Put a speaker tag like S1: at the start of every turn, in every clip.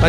S1: 大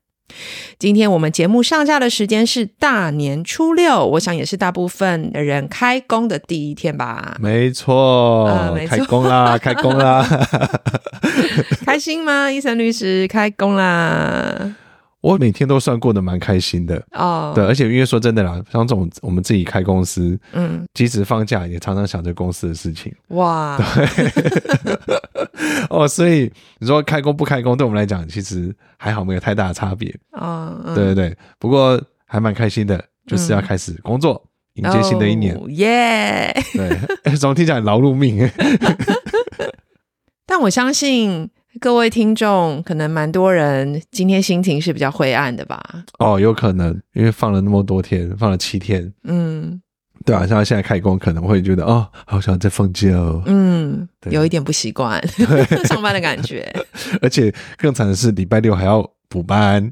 S2: 今天我们节目上架的时间是大年初六，我想也是大部分人开工的第一 天吧》。。
S1: 没错，
S2: 呃没错
S1: 开工 啦，开工啦！
S2: 开心吗，医生律师？开工啦！
S1: 我每天都算过得蛮开心的。
S2: 哦，
S1: 对，而且因为说真的啦，像这种我们自己开公司，
S2: 嗯，
S1: 即使放假也常常想着公司的事情
S2: 哇，
S1: 哦，所以你说开工不开工，对我们来讲其实还好，没有太大的差别。
S2: 哦，嗯，
S1: 对对对，不过还蛮开心的，就是要开始工作，迎接新的一年。
S2: 哦耶、
S1: 对， 总听起来很劳碌命。
S2: 但我相信各位听众可能蛮多人今天心情是比较灰暗的吧？
S1: 哦，有可能，因为放了那么多天，放了七天，
S2: 嗯
S1: 对啊，像现在开工可能会觉得哦，好想再放假哦。
S2: 嗯，
S1: 对
S2: 有一点不习惯 上班的感觉。
S1: 而且更惨的是，礼拜六还要补班，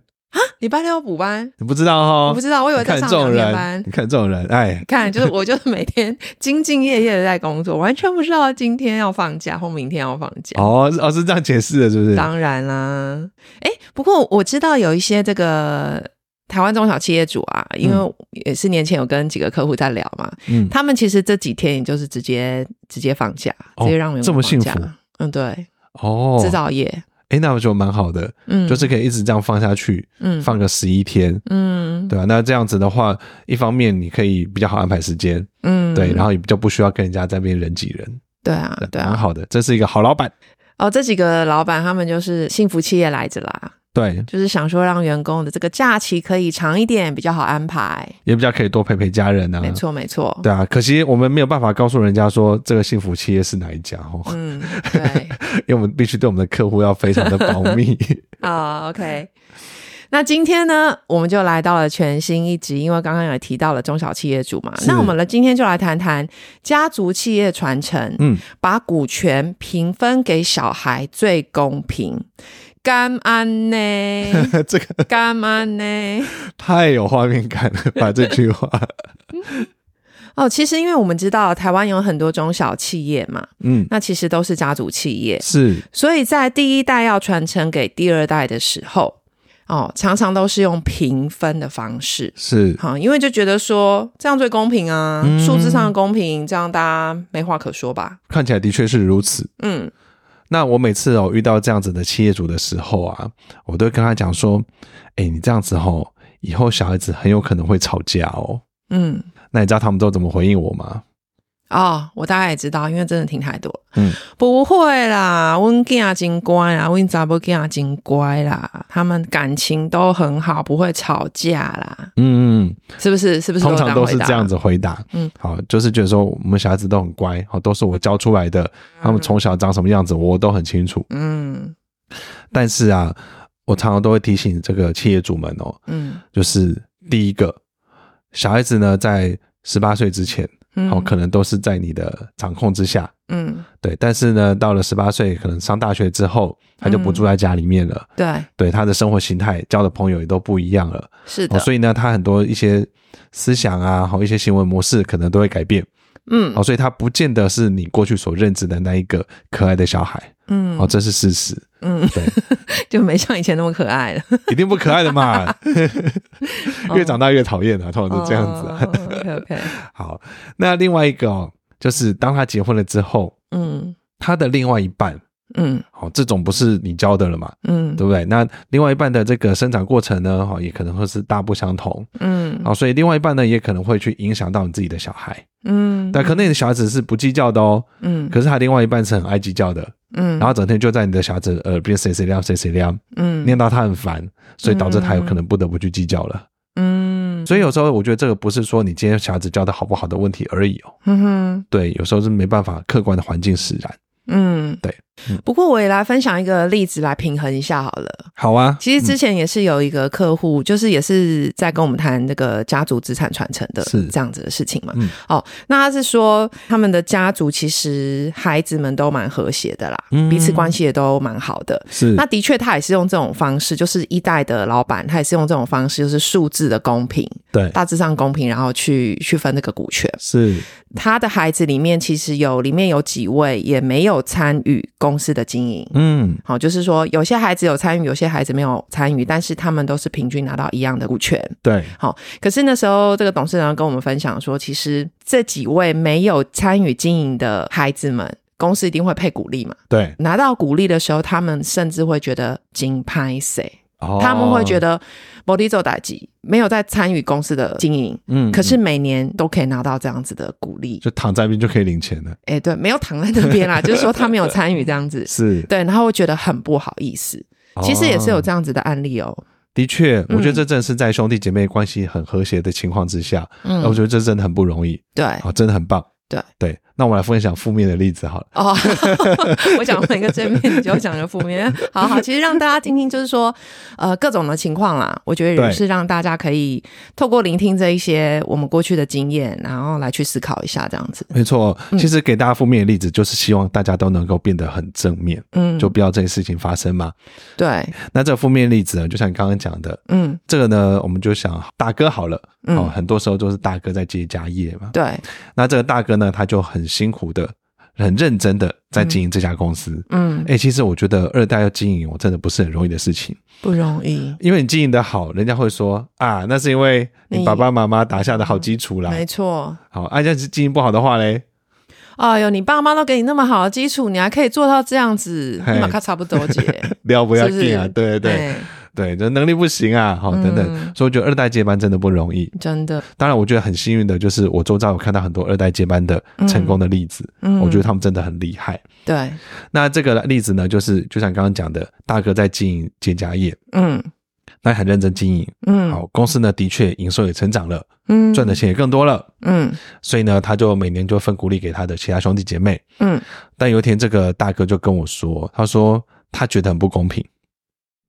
S2: 礼拜六要补班，
S1: 你不知道哦？
S2: 我不知道，我以为
S1: 你
S2: 在
S1: 看
S2: 上
S1: 这
S2: 两
S1: 种
S2: 天
S1: 人
S2: 班，
S1: 你。看这种人，哎，
S2: 看，就是我就是每天兢兢业业的在工作，完全不知道今天要放假或明天要放假。
S1: 哦，是哦，是这样解释的，是不是？
S2: 当然啦，哎，不过我知道有一些这个台湾中小企业主啊，因为也是年前有跟几个客户在聊嘛，
S1: 嗯，
S2: 他们其实这几天也就是直接直接放假，
S1: 哦
S2: 直接让员工
S1: 这么
S2: 放假
S1: 幸福。
S2: 嗯，对，
S1: 哦，
S2: 制。造业，
S1: 哎，那我觉得蛮好的，
S2: 嗯，
S1: 就是可以一直这样放下去，
S2: 嗯
S1: 放个十一天，
S2: 嗯
S1: 对吧、那这样子的话，一方面你可以比较好安排时间，
S2: 嗯，
S1: 对，然
S2: 后
S1: 后也比较不需要跟人家在那边人挤人，
S2: 对啊对
S1: 蛮
S2: 啊，
S1: 好的，这是一个好老板。
S2: 哦，这几个老板他们就是幸福企业来着啦，
S1: 对，
S2: 就是想说让员工的这个假期可以长一点，比较好安排。
S1: 也比较可以多陪陪家人啊。
S2: 没，错没错，
S1: 对啊，可惜我们没有办法告诉人家说这个幸福企业是哪一家哦，
S2: 嗯，对
S1: 因为我们必须对我们的客户要非常的保 密。
S2: 啊、o k 那今天呢，我们就来到了全新一集，因为刚刚也提到了中小企业主嘛，
S1: 是
S2: 那我们呢今天就来谈谈家族企业传承。
S1: 嗯，
S2: 把股权平分给小孩最公平。干 安呢？
S1: 这个
S2: 干安呢？
S1: 太有画面感了，把这句话，
S2: 哦，其实因为我们知道台湾有很多中小企业嘛，
S1: 嗯，
S2: 那其实都是家族企业，
S1: 是
S2: 所以在第一代要传承给第二代的时候，哦，常常都是用平分的方式。
S1: 是，
S2: 好，因为就觉得说这样最公平啊，
S1: 嗯
S2: 数字上的公平，这样大家没话可说吧？
S1: 看起来的确是如此。
S2: 嗯
S1: 那我每次哦遇到这样子的企业主的时候啊，我都会跟他讲说，哎，你这样子哦，以后小孩子很有可能会吵架哦。
S2: 嗯，
S1: 那你知道他们都怎么回应我吗？
S2: 哦，我大概也知道，因为真的听太多了。
S1: 嗯，
S2: 不会啦，阮囝真乖啦，阮查某囝真乖啦，他们感情都很好，不会吵架啦，
S1: 嗯嗯，
S2: 是不是？是不是？
S1: 通常都是这样。子回答。
S2: 嗯，
S1: 好，就是觉得说我们小孩子都很乖，好，都是我教出来的，他们从小长什么样子我都很清楚。
S2: 嗯
S1: 但是啊，我常常都会提醒这个企业主们哦，
S2: 嗯
S1: 就是第一个，小孩子呢在十八岁之前，
S2: 嗯，
S1: 哦，可能都是在你的掌控之下。
S2: 嗯，
S1: 对，但是呢，到了十八岁，可能上大学之后，他就
S2: 嗯
S1: 不住在家里面了。
S2: 对，
S1: 对，他的生活形态、交的朋友也都不一样了。
S2: 是的
S1: 哦，，所以呢，他很多一些思想啊，好、一些行为模式可能都会改变。
S2: 嗯
S1: 哦，所以他不见得是你过去所认知的那一个可爱的小孩。
S2: 嗯
S1: 哦，这是事实，
S2: 嗯
S1: 对，
S2: 就没像以前那么可爱了，
S1: 一定不可爱的 嘛。越长大越讨厌啊，通常是这样
S2: 哦
S1: 子、啊。
S2: OK OK，
S1: 好，那另外一个哦，就是当他结婚了之后，
S2: 嗯
S1: 他的另外一半，
S2: 嗯
S1: 哦，这种不是你教的了嘛，
S2: 嗯
S1: 对不对？那另外一半的这个生长过程呢，哈、哦，也可能会是大不相同。哦
S2: 嗯
S1: 好、所以另外一半呢，也可能会去影响到你自己的小孩。
S2: 嗯，
S1: 但可能你的小孩子是不计较的哦，
S2: 嗯
S1: 可是他另外一半是很爱计较的，
S2: 嗯，
S1: 然后整天就在你的小孩子耳边谁谁亮谁谁亮，
S2: 嗯
S1: 念到他很烦，所以导致他有可能不得不去计较了。
S2: 嗯，
S1: 所以有时候我觉得这个不是说你今天小孩子教的好不好的问题而已哦，
S2: 嗯哼
S1: 对，有时候是没办法客观的环境使然。
S2: 嗯，
S1: 对。
S2: 不过我也来分享一个例子来平衡一下好了。
S1: 好啊，
S2: 其实之前也是有一个客户，就是也是在跟我们谈那个家族资产传承的
S1: 是
S2: 这样子的事情嘛。
S1: 嗯
S2: 哦，那他是说他们的家族其实孩子们都蛮和谐的啦，
S1: 嗯
S2: 彼此关系也都蛮好的。
S1: 是
S2: 那的确，他也是用这种方式，就是一代的老板，他也是用这种方式，就是数字的公平，
S1: 对，
S2: 大致上公平，然后去去分那个股权。
S1: 是
S2: 他的孩子里面其实有里面有几位也没有参与公司的经营，
S1: 嗯
S2: 好，就是说有些孩子有参与，有些孩子没有参与，但是他们都是平均拿到一样的股权。
S1: 对，
S2: 可是那时候，这个董事长跟我们分享说，其实这几位没有参与经营的孩子们，公司一定会配股利嘛。
S1: 对，
S2: 拿到股利的时候，他们甚至会觉得金拍谁，
S1: 哦
S2: 他们会觉得摩利做打击，没有在参与公司的经营。
S1: 嗯
S2: 可是
S1: 嗯
S2: 每年都可以拿到这样子的鼓励，
S1: 就躺在那边就可以领钱了，
S2: 哎，对，没有躺在那边啦，就是说他没有参与这样子，
S1: 是，哦
S2: 对，然后我觉得很不好意思，其实也是有这样子的案例哦。
S1: 的确，我觉得这真的是在兄弟姐妹关系很和谐的情况之下，
S2: 嗯
S1: 那我觉得这真的很不容易，
S2: 对
S1: 好，真的很棒。
S2: 对
S1: 对，那我来分享负面的例子好了。
S2: 哦， 我讲了一个正面，你就讲了负面。好好，其实让大家听听，就是说，呃，各种的情况啦，我觉得也
S1: 对
S2: 是让大家可以透过聆听这一些我们过去的经验，然后来去思考一下这样子。
S1: 没错，
S2: 嗯
S1: 其实给大家负面的例子，就是希望大家都能够变得很正面，
S2: 嗯，
S1: 就不要这些事情发生嘛。
S2: 对，
S1: 那这个负面例子呢，就像你刚刚讲的，
S2: 嗯，
S1: 这个呢，我们就想大哥好了，
S2: 嗯
S1: 哦，很多时候都是大哥在接家业嘛。
S2: 对，
S1: 那这个大哥呢，他就很辛苦的、很认真的在经营这家公司。
S2: 嗯，
S1: 哎、其实我觉得二代要经营，我真的不是很容易的事情，
S2: 不容易，
S1: 因为你经营的好，人家会说啊，那是因为你
S2: 你
S1: 爸爸妈妈打下的好基础啦。
S2: 没错。
S1: 好，啊，要是经营不好的话嘞，
S2: 哎呦，你爸妈都给你那么好的基础，你还可以做到这样子，
S1: 嘿
S2: 马卡差不多姐，
S1: 料不要
S2: 是不
S1: 紧啊，
S2: 是？
S1: 对对 对、
S2: 哎，
S1: 对，这能力不行啊，好、等等，
S2: 嗯
S1: 所以我觉得二代接班真的不容易。
S2: 真的，
S1: 当然，我觉得很幸运的就是我周遭有看到很多二代接班的成功的例子，
S2: 嗯，
S1: 我觉得他们真的很厉害。
S2: 对，
S1: 那这个例子呢，就是就像刚刚讲的，大哥在经营接家业，
S2: 嗯
S1: 那很认真经营，
S2: 嗯，
S1: 好，公司呢的确营收也成长了，
S2: 嗯，
S1: 赚的钱也更多了，
S2: 嗯
S1: 所以呢，他就每年就分股利给他的其他兄弟姐妹。
S2: 嗯
S1: 但有一天，这个大哥就跟我说，他说他觉得很不公平。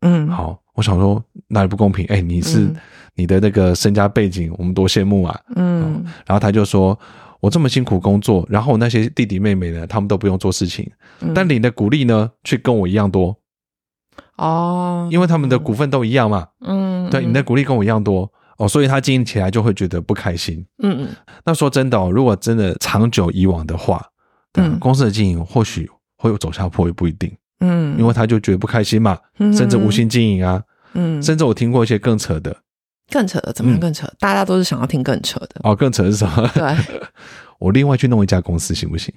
S2: 嗯，
S1: 好，我想说哪里不公平？哎，你是、
S2: 嗯
S1: 你的那个身家背景，我们多羡慕啊！
S2: 嗯，
S1: 然后他就说。我这么辛苦工作，然后我那些弟弟妹妹呢，他们都不用做事情，
S2: 嗯，
S1: 但领的股利呢，却跟我一样多，
S2: 哦，
S1: 因为他们的股份都一样嘛。
S2: 嗯，
S1: 对，你的股利跟我一样多哦，所以他经营起来就会觉得不开心。
S2: 嗯嗯
S1: 那说真的哦，如果真的长久以往的话，对啊
S2: 嗯
S1: 公司的经营或许会走下坡，也不一定，
S2: 嗯，
S1: 因为他就觉得不开心嘛，
S2: 为
S1: 甚至无，心经营啊，
S2: 嗯，
S1: 甚至我听过一些更扯的
S2: 更扯的，怎么
S1: 嗯
S2: 样更扯？大家都是想要听更扯的，
S1: 哦，更扯是什么？
S2: 对，
S1: 我另外去弄一家公司行不行？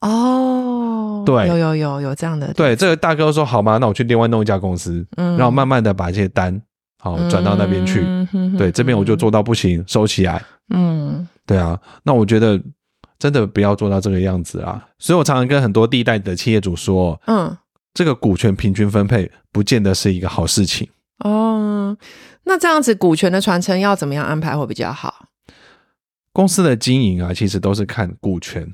S2: 哦，
S1: 对
S2: 有有有有这样的，，
S1: 对，这个大哥说好吗？那我去另外弄一家公司，
S2: 嗯
S1: 然后慢慢的把这些单好转到那边去。
S2: 嗯哼哼
S1: 对，这边我就做到不行，收起来。
S2: 嗯，
S1: 对啊，那我觉得真的不要做到这个样子啊。所以我常常跟很多地代的企业主说，
S2: 嗯
S1: 这个股权平均分配不见得是一个好事情。
S2: 嗯，哦，那这样子股权的传承要怎么样安排会比较好？
S1: 公司的经营啊，其实都是看股权，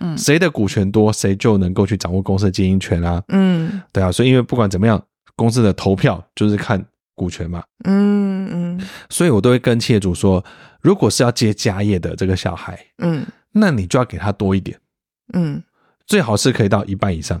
S2: 嗯
S1: 谁的股权多，谁就能够去掌握公司的经营权啊。
S2: 嗯
S1: 对啊，所以因为不管怎么样，公司的投票就是看股权嘛。
S2: 嗯嗯
S1: 所以我都会跟企业主说，如果是要接家业的这个小孩，
S2: 嗯
S1: 那你就要给他多一点，
S2: 嗯，
S1: 最好是可以到一半以上，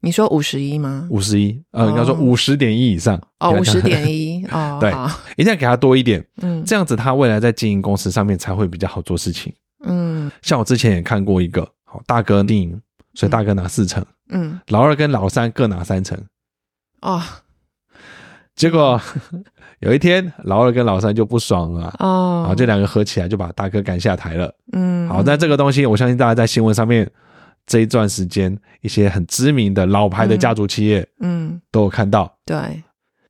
S2: 你说五十一吗？
S1: 五十一，呃，
S2: 哦
S1: 应该说五十点一以上。
S2: 哦，
S1: 给
S2: 五
S1: 他
S2: 十点一哦，
S1: 对
S2: 好
S1: 一定要给他多一点，
S2: 嗯
S1: 这样子他未来在经营公司上面才会比较好做事情。
S2: 嗯
S1: 像我之前也看过一个，好大哥经营，所以大哥拿四成，
S2: 嗯
S1: 老二跟老三各拿三成。
S2: 哦
S1: 结 果有一天，老二跟老三就不爽了，
S2: 哦，
S1: 好，这两个合起来就把大哥赶下台了。
S2: 嗯，
S1: 好，那这个东西，我相信大家在新闻上面这一段时间，一些很知名的老牌的家族企业
S2: 嗯，
S1: 都有看到。
S2: 对，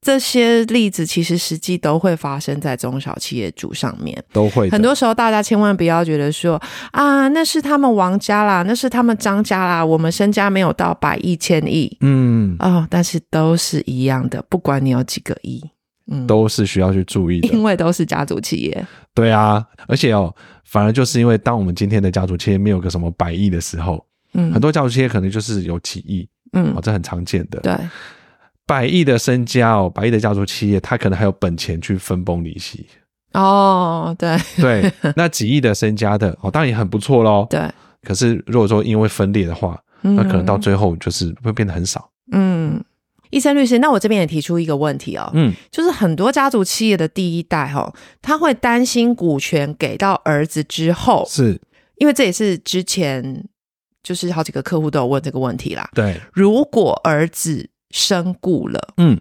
S2: 这些例子其实实际都会发生在中小企业主上面。
S1: 都会的
S2: 很多时候，大家千万不要觉得说啊，那是他们王家啦，那是他们张家啦，我们身家没有到百亿、千亿
S1: 嗯，
S2: 哦，但是都是一样的，不管你有几个亿，嗯，
S1: 都是需要去注意的。
S2: 因为都是家族企业，
S1: 对啊，而且哦，反而就是因为当我们今天的家族企业没有个什么百亿的时候，
S2: 嗯
S1: 很多家族企业可能就是有几亿，
S2: 嗯
S1: 哦，，这很常见的。
S2: 对，
S1: 百亿的身家哦，百亿的家族企业，它可能还有本钱去分崩离析。
S2: 哦，对
S1: 对， 那几亿的身家的哦，当然也很不错喽。
S2: 对，
S1: 可是如果说因为分裂的话，
S2: 那
S1: 那可能到最后就是会变得很少。
S2: 嗯。医生律师，那我这边也提出一个问题哦，
S1: 嗯，
S2: 就是很多家族企业的第一代哦，他会担心股权给到儿子之后，
S1: 是
S2: 因为这也是之前就是好几个客户都有问这个问题啦。
S1: 对，
S2: 如果儿子身故了，
S1: 嗯，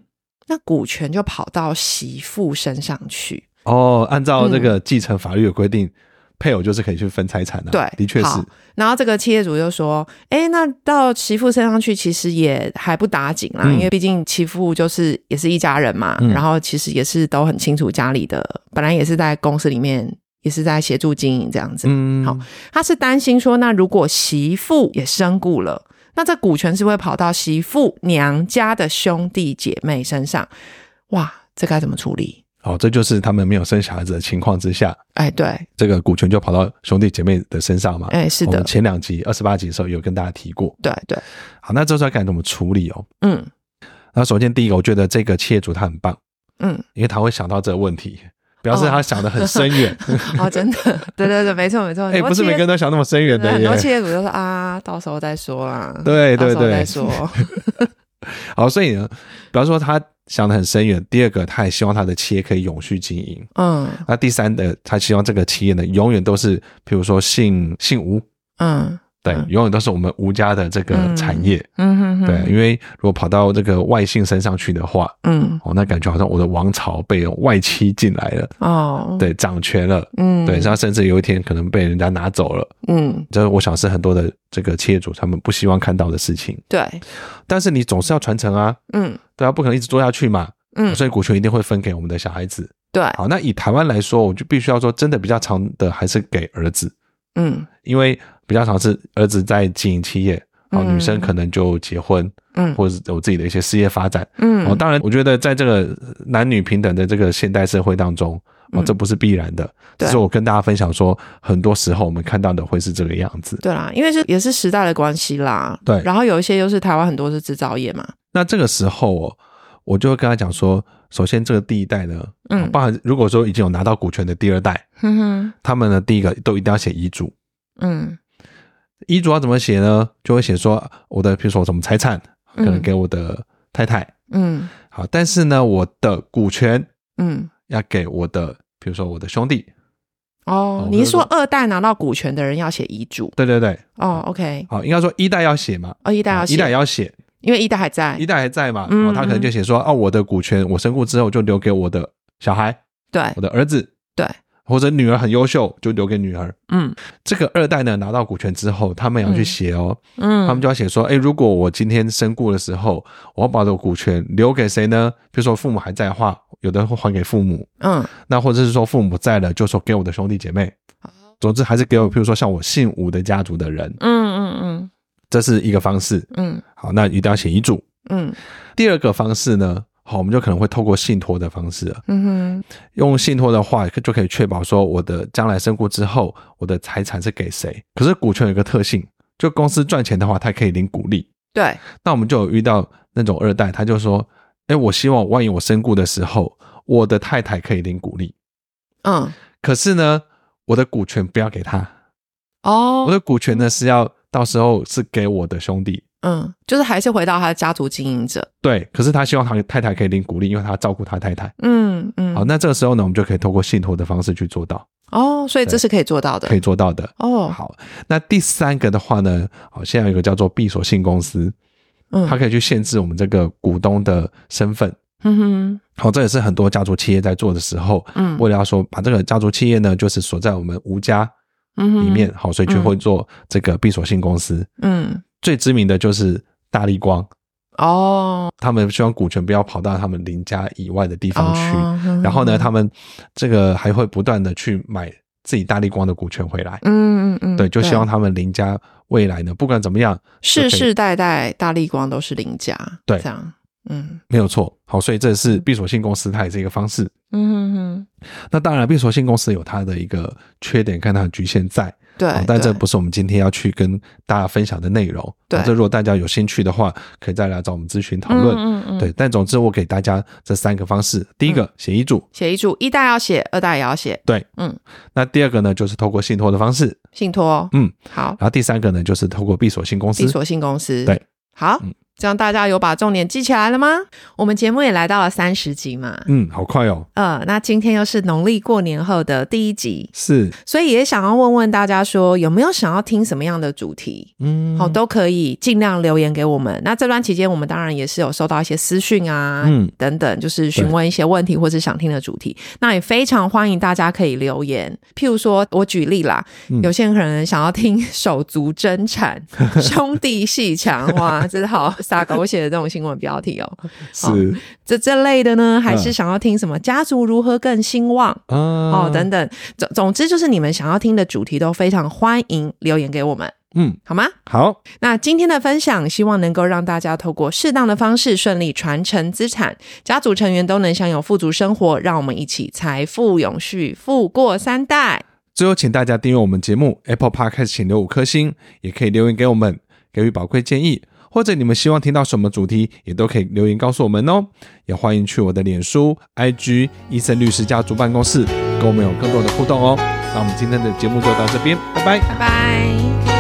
S2: 那股权就跑到媳妇身上去。
S1: 哦，按照这个继承法律的规定，配偶就是可以去分财产的、啊
S2: 对
S1: 的确是
S2: 好，然后这个企业主就说：“哎，那到媳妇身上去，其实也还不打紧啦，
S1: 嗯
S2: 因为毕竟媳妇就是也是一家人嘛，
S1: 嗯
S2: 然后其实也是都很清楚家里的，本来也是在公司里面，也是在协助经营这样子。
S1: 嗯，
S2: 好，他是担心说，那如果媳妇也身故了，那这股权是会跑到媳妇娘家的兄弟姐妹身上，哇，这该怎么处理？
S1: 哦，这就是他们没有生小孩子的情况之下，
S2: 哎，对，
S1: 这个股权就跑到兄弟姐妹的身上嘛。
S2: 哎，是
S1: 啊我
S2: 的
S1: 们，前两集二十八集的时候有跟大家提过。
S2: 对对，
S1: 好，那这时候该怎么处理哦？
S2: 嗯
S1: 那首先第一个，我觉得这个企业主他很棒，
S2: 嗯，
S1: 因为他会想到这个问题，表示他想得很深远。
S2: 哦，真的，对对对，没错没错，
S1: 哎、不是每个人都想那么深远
S2: 很多
S1: 的
S2: 企业对很多企
S1: 耶。
S2: 业主就说啊，到时候再说啦，
S1: 对
S2: 到
S1: 对
S2: 时候再
S1: 对，
S2: 说，
S1: 好，所以呢，比方说他想得很深远。第二个，他也希望他的企业可以永续经营。
S2: 嗯
S1: 那第三的，他希望这个企业呢，永远都是，比如说姓姓吴，
S2: 嗯
S1: 对，
S2: 嗯
S1: 永远都是我们吴家的这个
S2: 嗯
S1: 产业，
S2: 嗯哼哼，
S1: 对，因为如果跑到这个外姓身上去的话，
S2: 嗯
S1: 哦，那感觉好像我的王朝被外戚进来了，
S2: 哦，，
S1: 对，掌权了，
S2: 嗯
S1: 对，那甚至有一天可能被人家拿走了，
S2: 嗯
S1: 这我想是很多的这个企业主他们不希望看到的事情。
S2: 对，
S1: 但是你总是要传承啊，
S2: 嗯
S1: 对啊，不可能一直做下去嘛，
S2: 嗯
S1: 所以股权一定会分给我们的小孩子。
S2: 对，
S1: 好，那以台湾来说，我就必须要说，真的比较长的还是给儿子。
S2: 嗯
S1: 因为比较常是儿子在经营企业，然后
S2: 嗯
S1: 女生可能就结婚，
S2: 嗯
S1: 或者是有自己的一些事业发展。
S2: 嗯，
S1: 哦，当然，我觉得在这个男女平等的这个现代社会当中，哦
S2: 嗯，
S1: 这不是必然的。
S2: 对
S1: 只是我跟大家分享说，很多时候我们看到的会是这个样子。
S2: 对啦，因为是也是时代的关系啦。
S1: 对
S2: 然后有一些又是台湾很多是制造业嘛。
S1: 那这个时候哦，我就会跟他讲说，首先这个第一代呢，
S2: 嗯
S1: 包含如果说已经有拿到股权的第二代，
S2: 哼哼，
S1: 他们呢第一个都一定要写遗嘱。
S2: 嗯
S1: 遗嘱要怎么写呢？就会写说我的，比如说我什么财产，可能
S2: 嗯
S1: 给我的太太，
S2: 嗯
S1: 好，但是呢，我的股权
S2: 嗯，
S1: 要给我的，比如说我的兄弟，
S2: 哦
S1: 哦，
S2: 你
S1: 就是是
S2: 说二代拿到股权的人要写遗嘱？
S1: 对对对，
S2: 哦，OK，
S1: 好，应该说一代要写嘛，
S2: 哦，一代要
S1: 啊
S2: 写，
S1: 一代也要写，
S2: 因为一代还在
S1: 一，代还在嘛，
S2: 嗯
S1: 然后他可能就写说，哦，我的股权我身故之后就留给我的小孩，
S2: 对
S1: 我的儿子，
S2: 对，
S1: 或者女儿很优秀就留给女儿。
S2: 嗯
S1: 这个二代呢拿到股权之后，他们也要去写哦，
S2: 嗯，
S1: 他们就要写说，哎，如果我今天身故的时候，我要把我的股权留给谁呢？比如说父母还在的话，有的会还给父母，
S2: 嗯
S1: 那或者是说父母不在了，就说给我的兄弟姐妹。总之还是给我，譬如说像我姓吴的家族的人，
S2: 嗯嗯
S1: 这是一个方式。
S2: 嗯
S1: 好，那一定要写遗嘱。
S2: 嗯
S1: 第二个方式呢，好，我们就可能会透过信托的方式了，
S2: 嗯哼，
S1: 用信托的话，就可以确保说我的将来身故之后，我的财产是给谁。可是股权有一个特性，就公司赚钱的话，它可以领股利。
S2: 对，
S1: 那我们就有遇到那种二代，他就说：“哎，我希望万一我身故的时候，我的太太可以领股利，
S2: 嗯
S1: 可是呢，我的股权不要给他。”我
S2: 哦，
S1: 的股权呢是要到时候是给我的兄弟，
S2: 嗯，就是还是回到他的家族经营者，
S1: 对。可是他希望他太太可以领股利，因为他照顾他太太。
S2: 嗯嗯，
S1: 好，那这个时候呢，我们就可以透过信托的方式去做到，
S2: 哦，所以这是可以做到的
S1: 可，以做到的。
S2: 哦，
S1: 好，那第三个的话呢，好，现在有一个叫做闭锁性公司，
S2: 嗯
S1: 它可以去限制我们这个股东的身份。
S2: 嗯哼，
S1: 好，这也是很多家族企业在做的时候，
S2: 嗯
S1: 为了要说把这个家族企业呢，就是锁在我们吴家
S2: 嗯哼
S1: 里面，，好，所以就
S2: 嗯
S1: 会做这个闭锁性公司。
S2: 嗯，
S1: 最知名的就是大力光，
S2: 哦，
S1: 他们希望股权不要跑到他们邻家以外的地方去。
S2: 哦
S1: 然后呢，他们这个还会不断的去买自己大力光的股权回来。
S2: 嗯嗯嗯，
S1: 对，就希望他们邻家未来呢，不管怎么样，
S2: 世
S1: 就可以
S2: 世代代大力光都是邻家，
S1: 对
S2: 这样，嗯
S1: 没有错。好，所以这是闭锁性公司，它也是一个方式。
S2: 嗯哼哼，
S1: 那当然，闭锁性公司有它的一个缺点，看它的局限在。
S2: 对
S1: 好，但这
S2: 哎对
S1: 不是我们今天要去跟大家分享的内容。
S2: 对
S1: 好这如果大家有兴趣的话，可以再来找我们咨询讨论。
S2: 嗯嗯嗯
S1: 对，但总之我给大家这三个方式：第一个写遗嘱，
S2: 协议注一代要写，二代也要写，
S1: 对，
S2: 嗯，
S1: 那第二个呢就是透过信托的方式，
S2: 信托，
S1: 嗯，
S2: 好，
S1: 然后第三个呢就是透过闭锁性公司
S2: 闭。锁性公司，
S1: 对，嗯
S2: 好，这样大家有把重点记起来了吗？我们节目也来到了三十集嘛，
S1: 嗯，好快哦，
S2: 呃，那今天又是农历过年后的第一集，
S1: 是，
S2: 所以也想要问问大家说，有没有想要听什么样的主题？
S1: 嗯，
S2: 好、都可以尽量留言给我们。那这段期间，我们当然也是有收到一些私讯啊，
S1: 嗯
S2: 等等，就是询问一些问题或是想听的主题。那也非常欢迎大家可以留言。譬如说，我举例啦，
S1: 嗯
S2: 有些人可能想要听手足争产、 兄弟戏强，哇，这是好撒狗血的这种新闻标题哦。
S1: 是，
S2: 这这类的呢，还是
S1: 嗯
S2: 想要听什么家族如何更兴旺？
S1: 啊，
S2: 哦
S1: 哦，
S2: 等等，总总之就是你们想要听的主题都非常欢迎留言给我们，
S1: 嗯，
S2: 好吗？
S1: 好，
S2: 那今天的分享，希望能够让大家透过适当的方式顺利传承资产，家族成员都能享有富足生活。让我们一起财富永续，富过三代。
S1: 最后请大家订阅我们节目 Apple Podcast，请留五颗星，也可以留言给我们，给予宝贵建议，或者你们希望听到什么主题，也都可以留言告诉我们哦。也欢迎去我的脸书、IG 医生律师家族办公室，跟我们有更多的互动哦。那我们今天的节目就到这边，拜拜。
S2: 拜拜。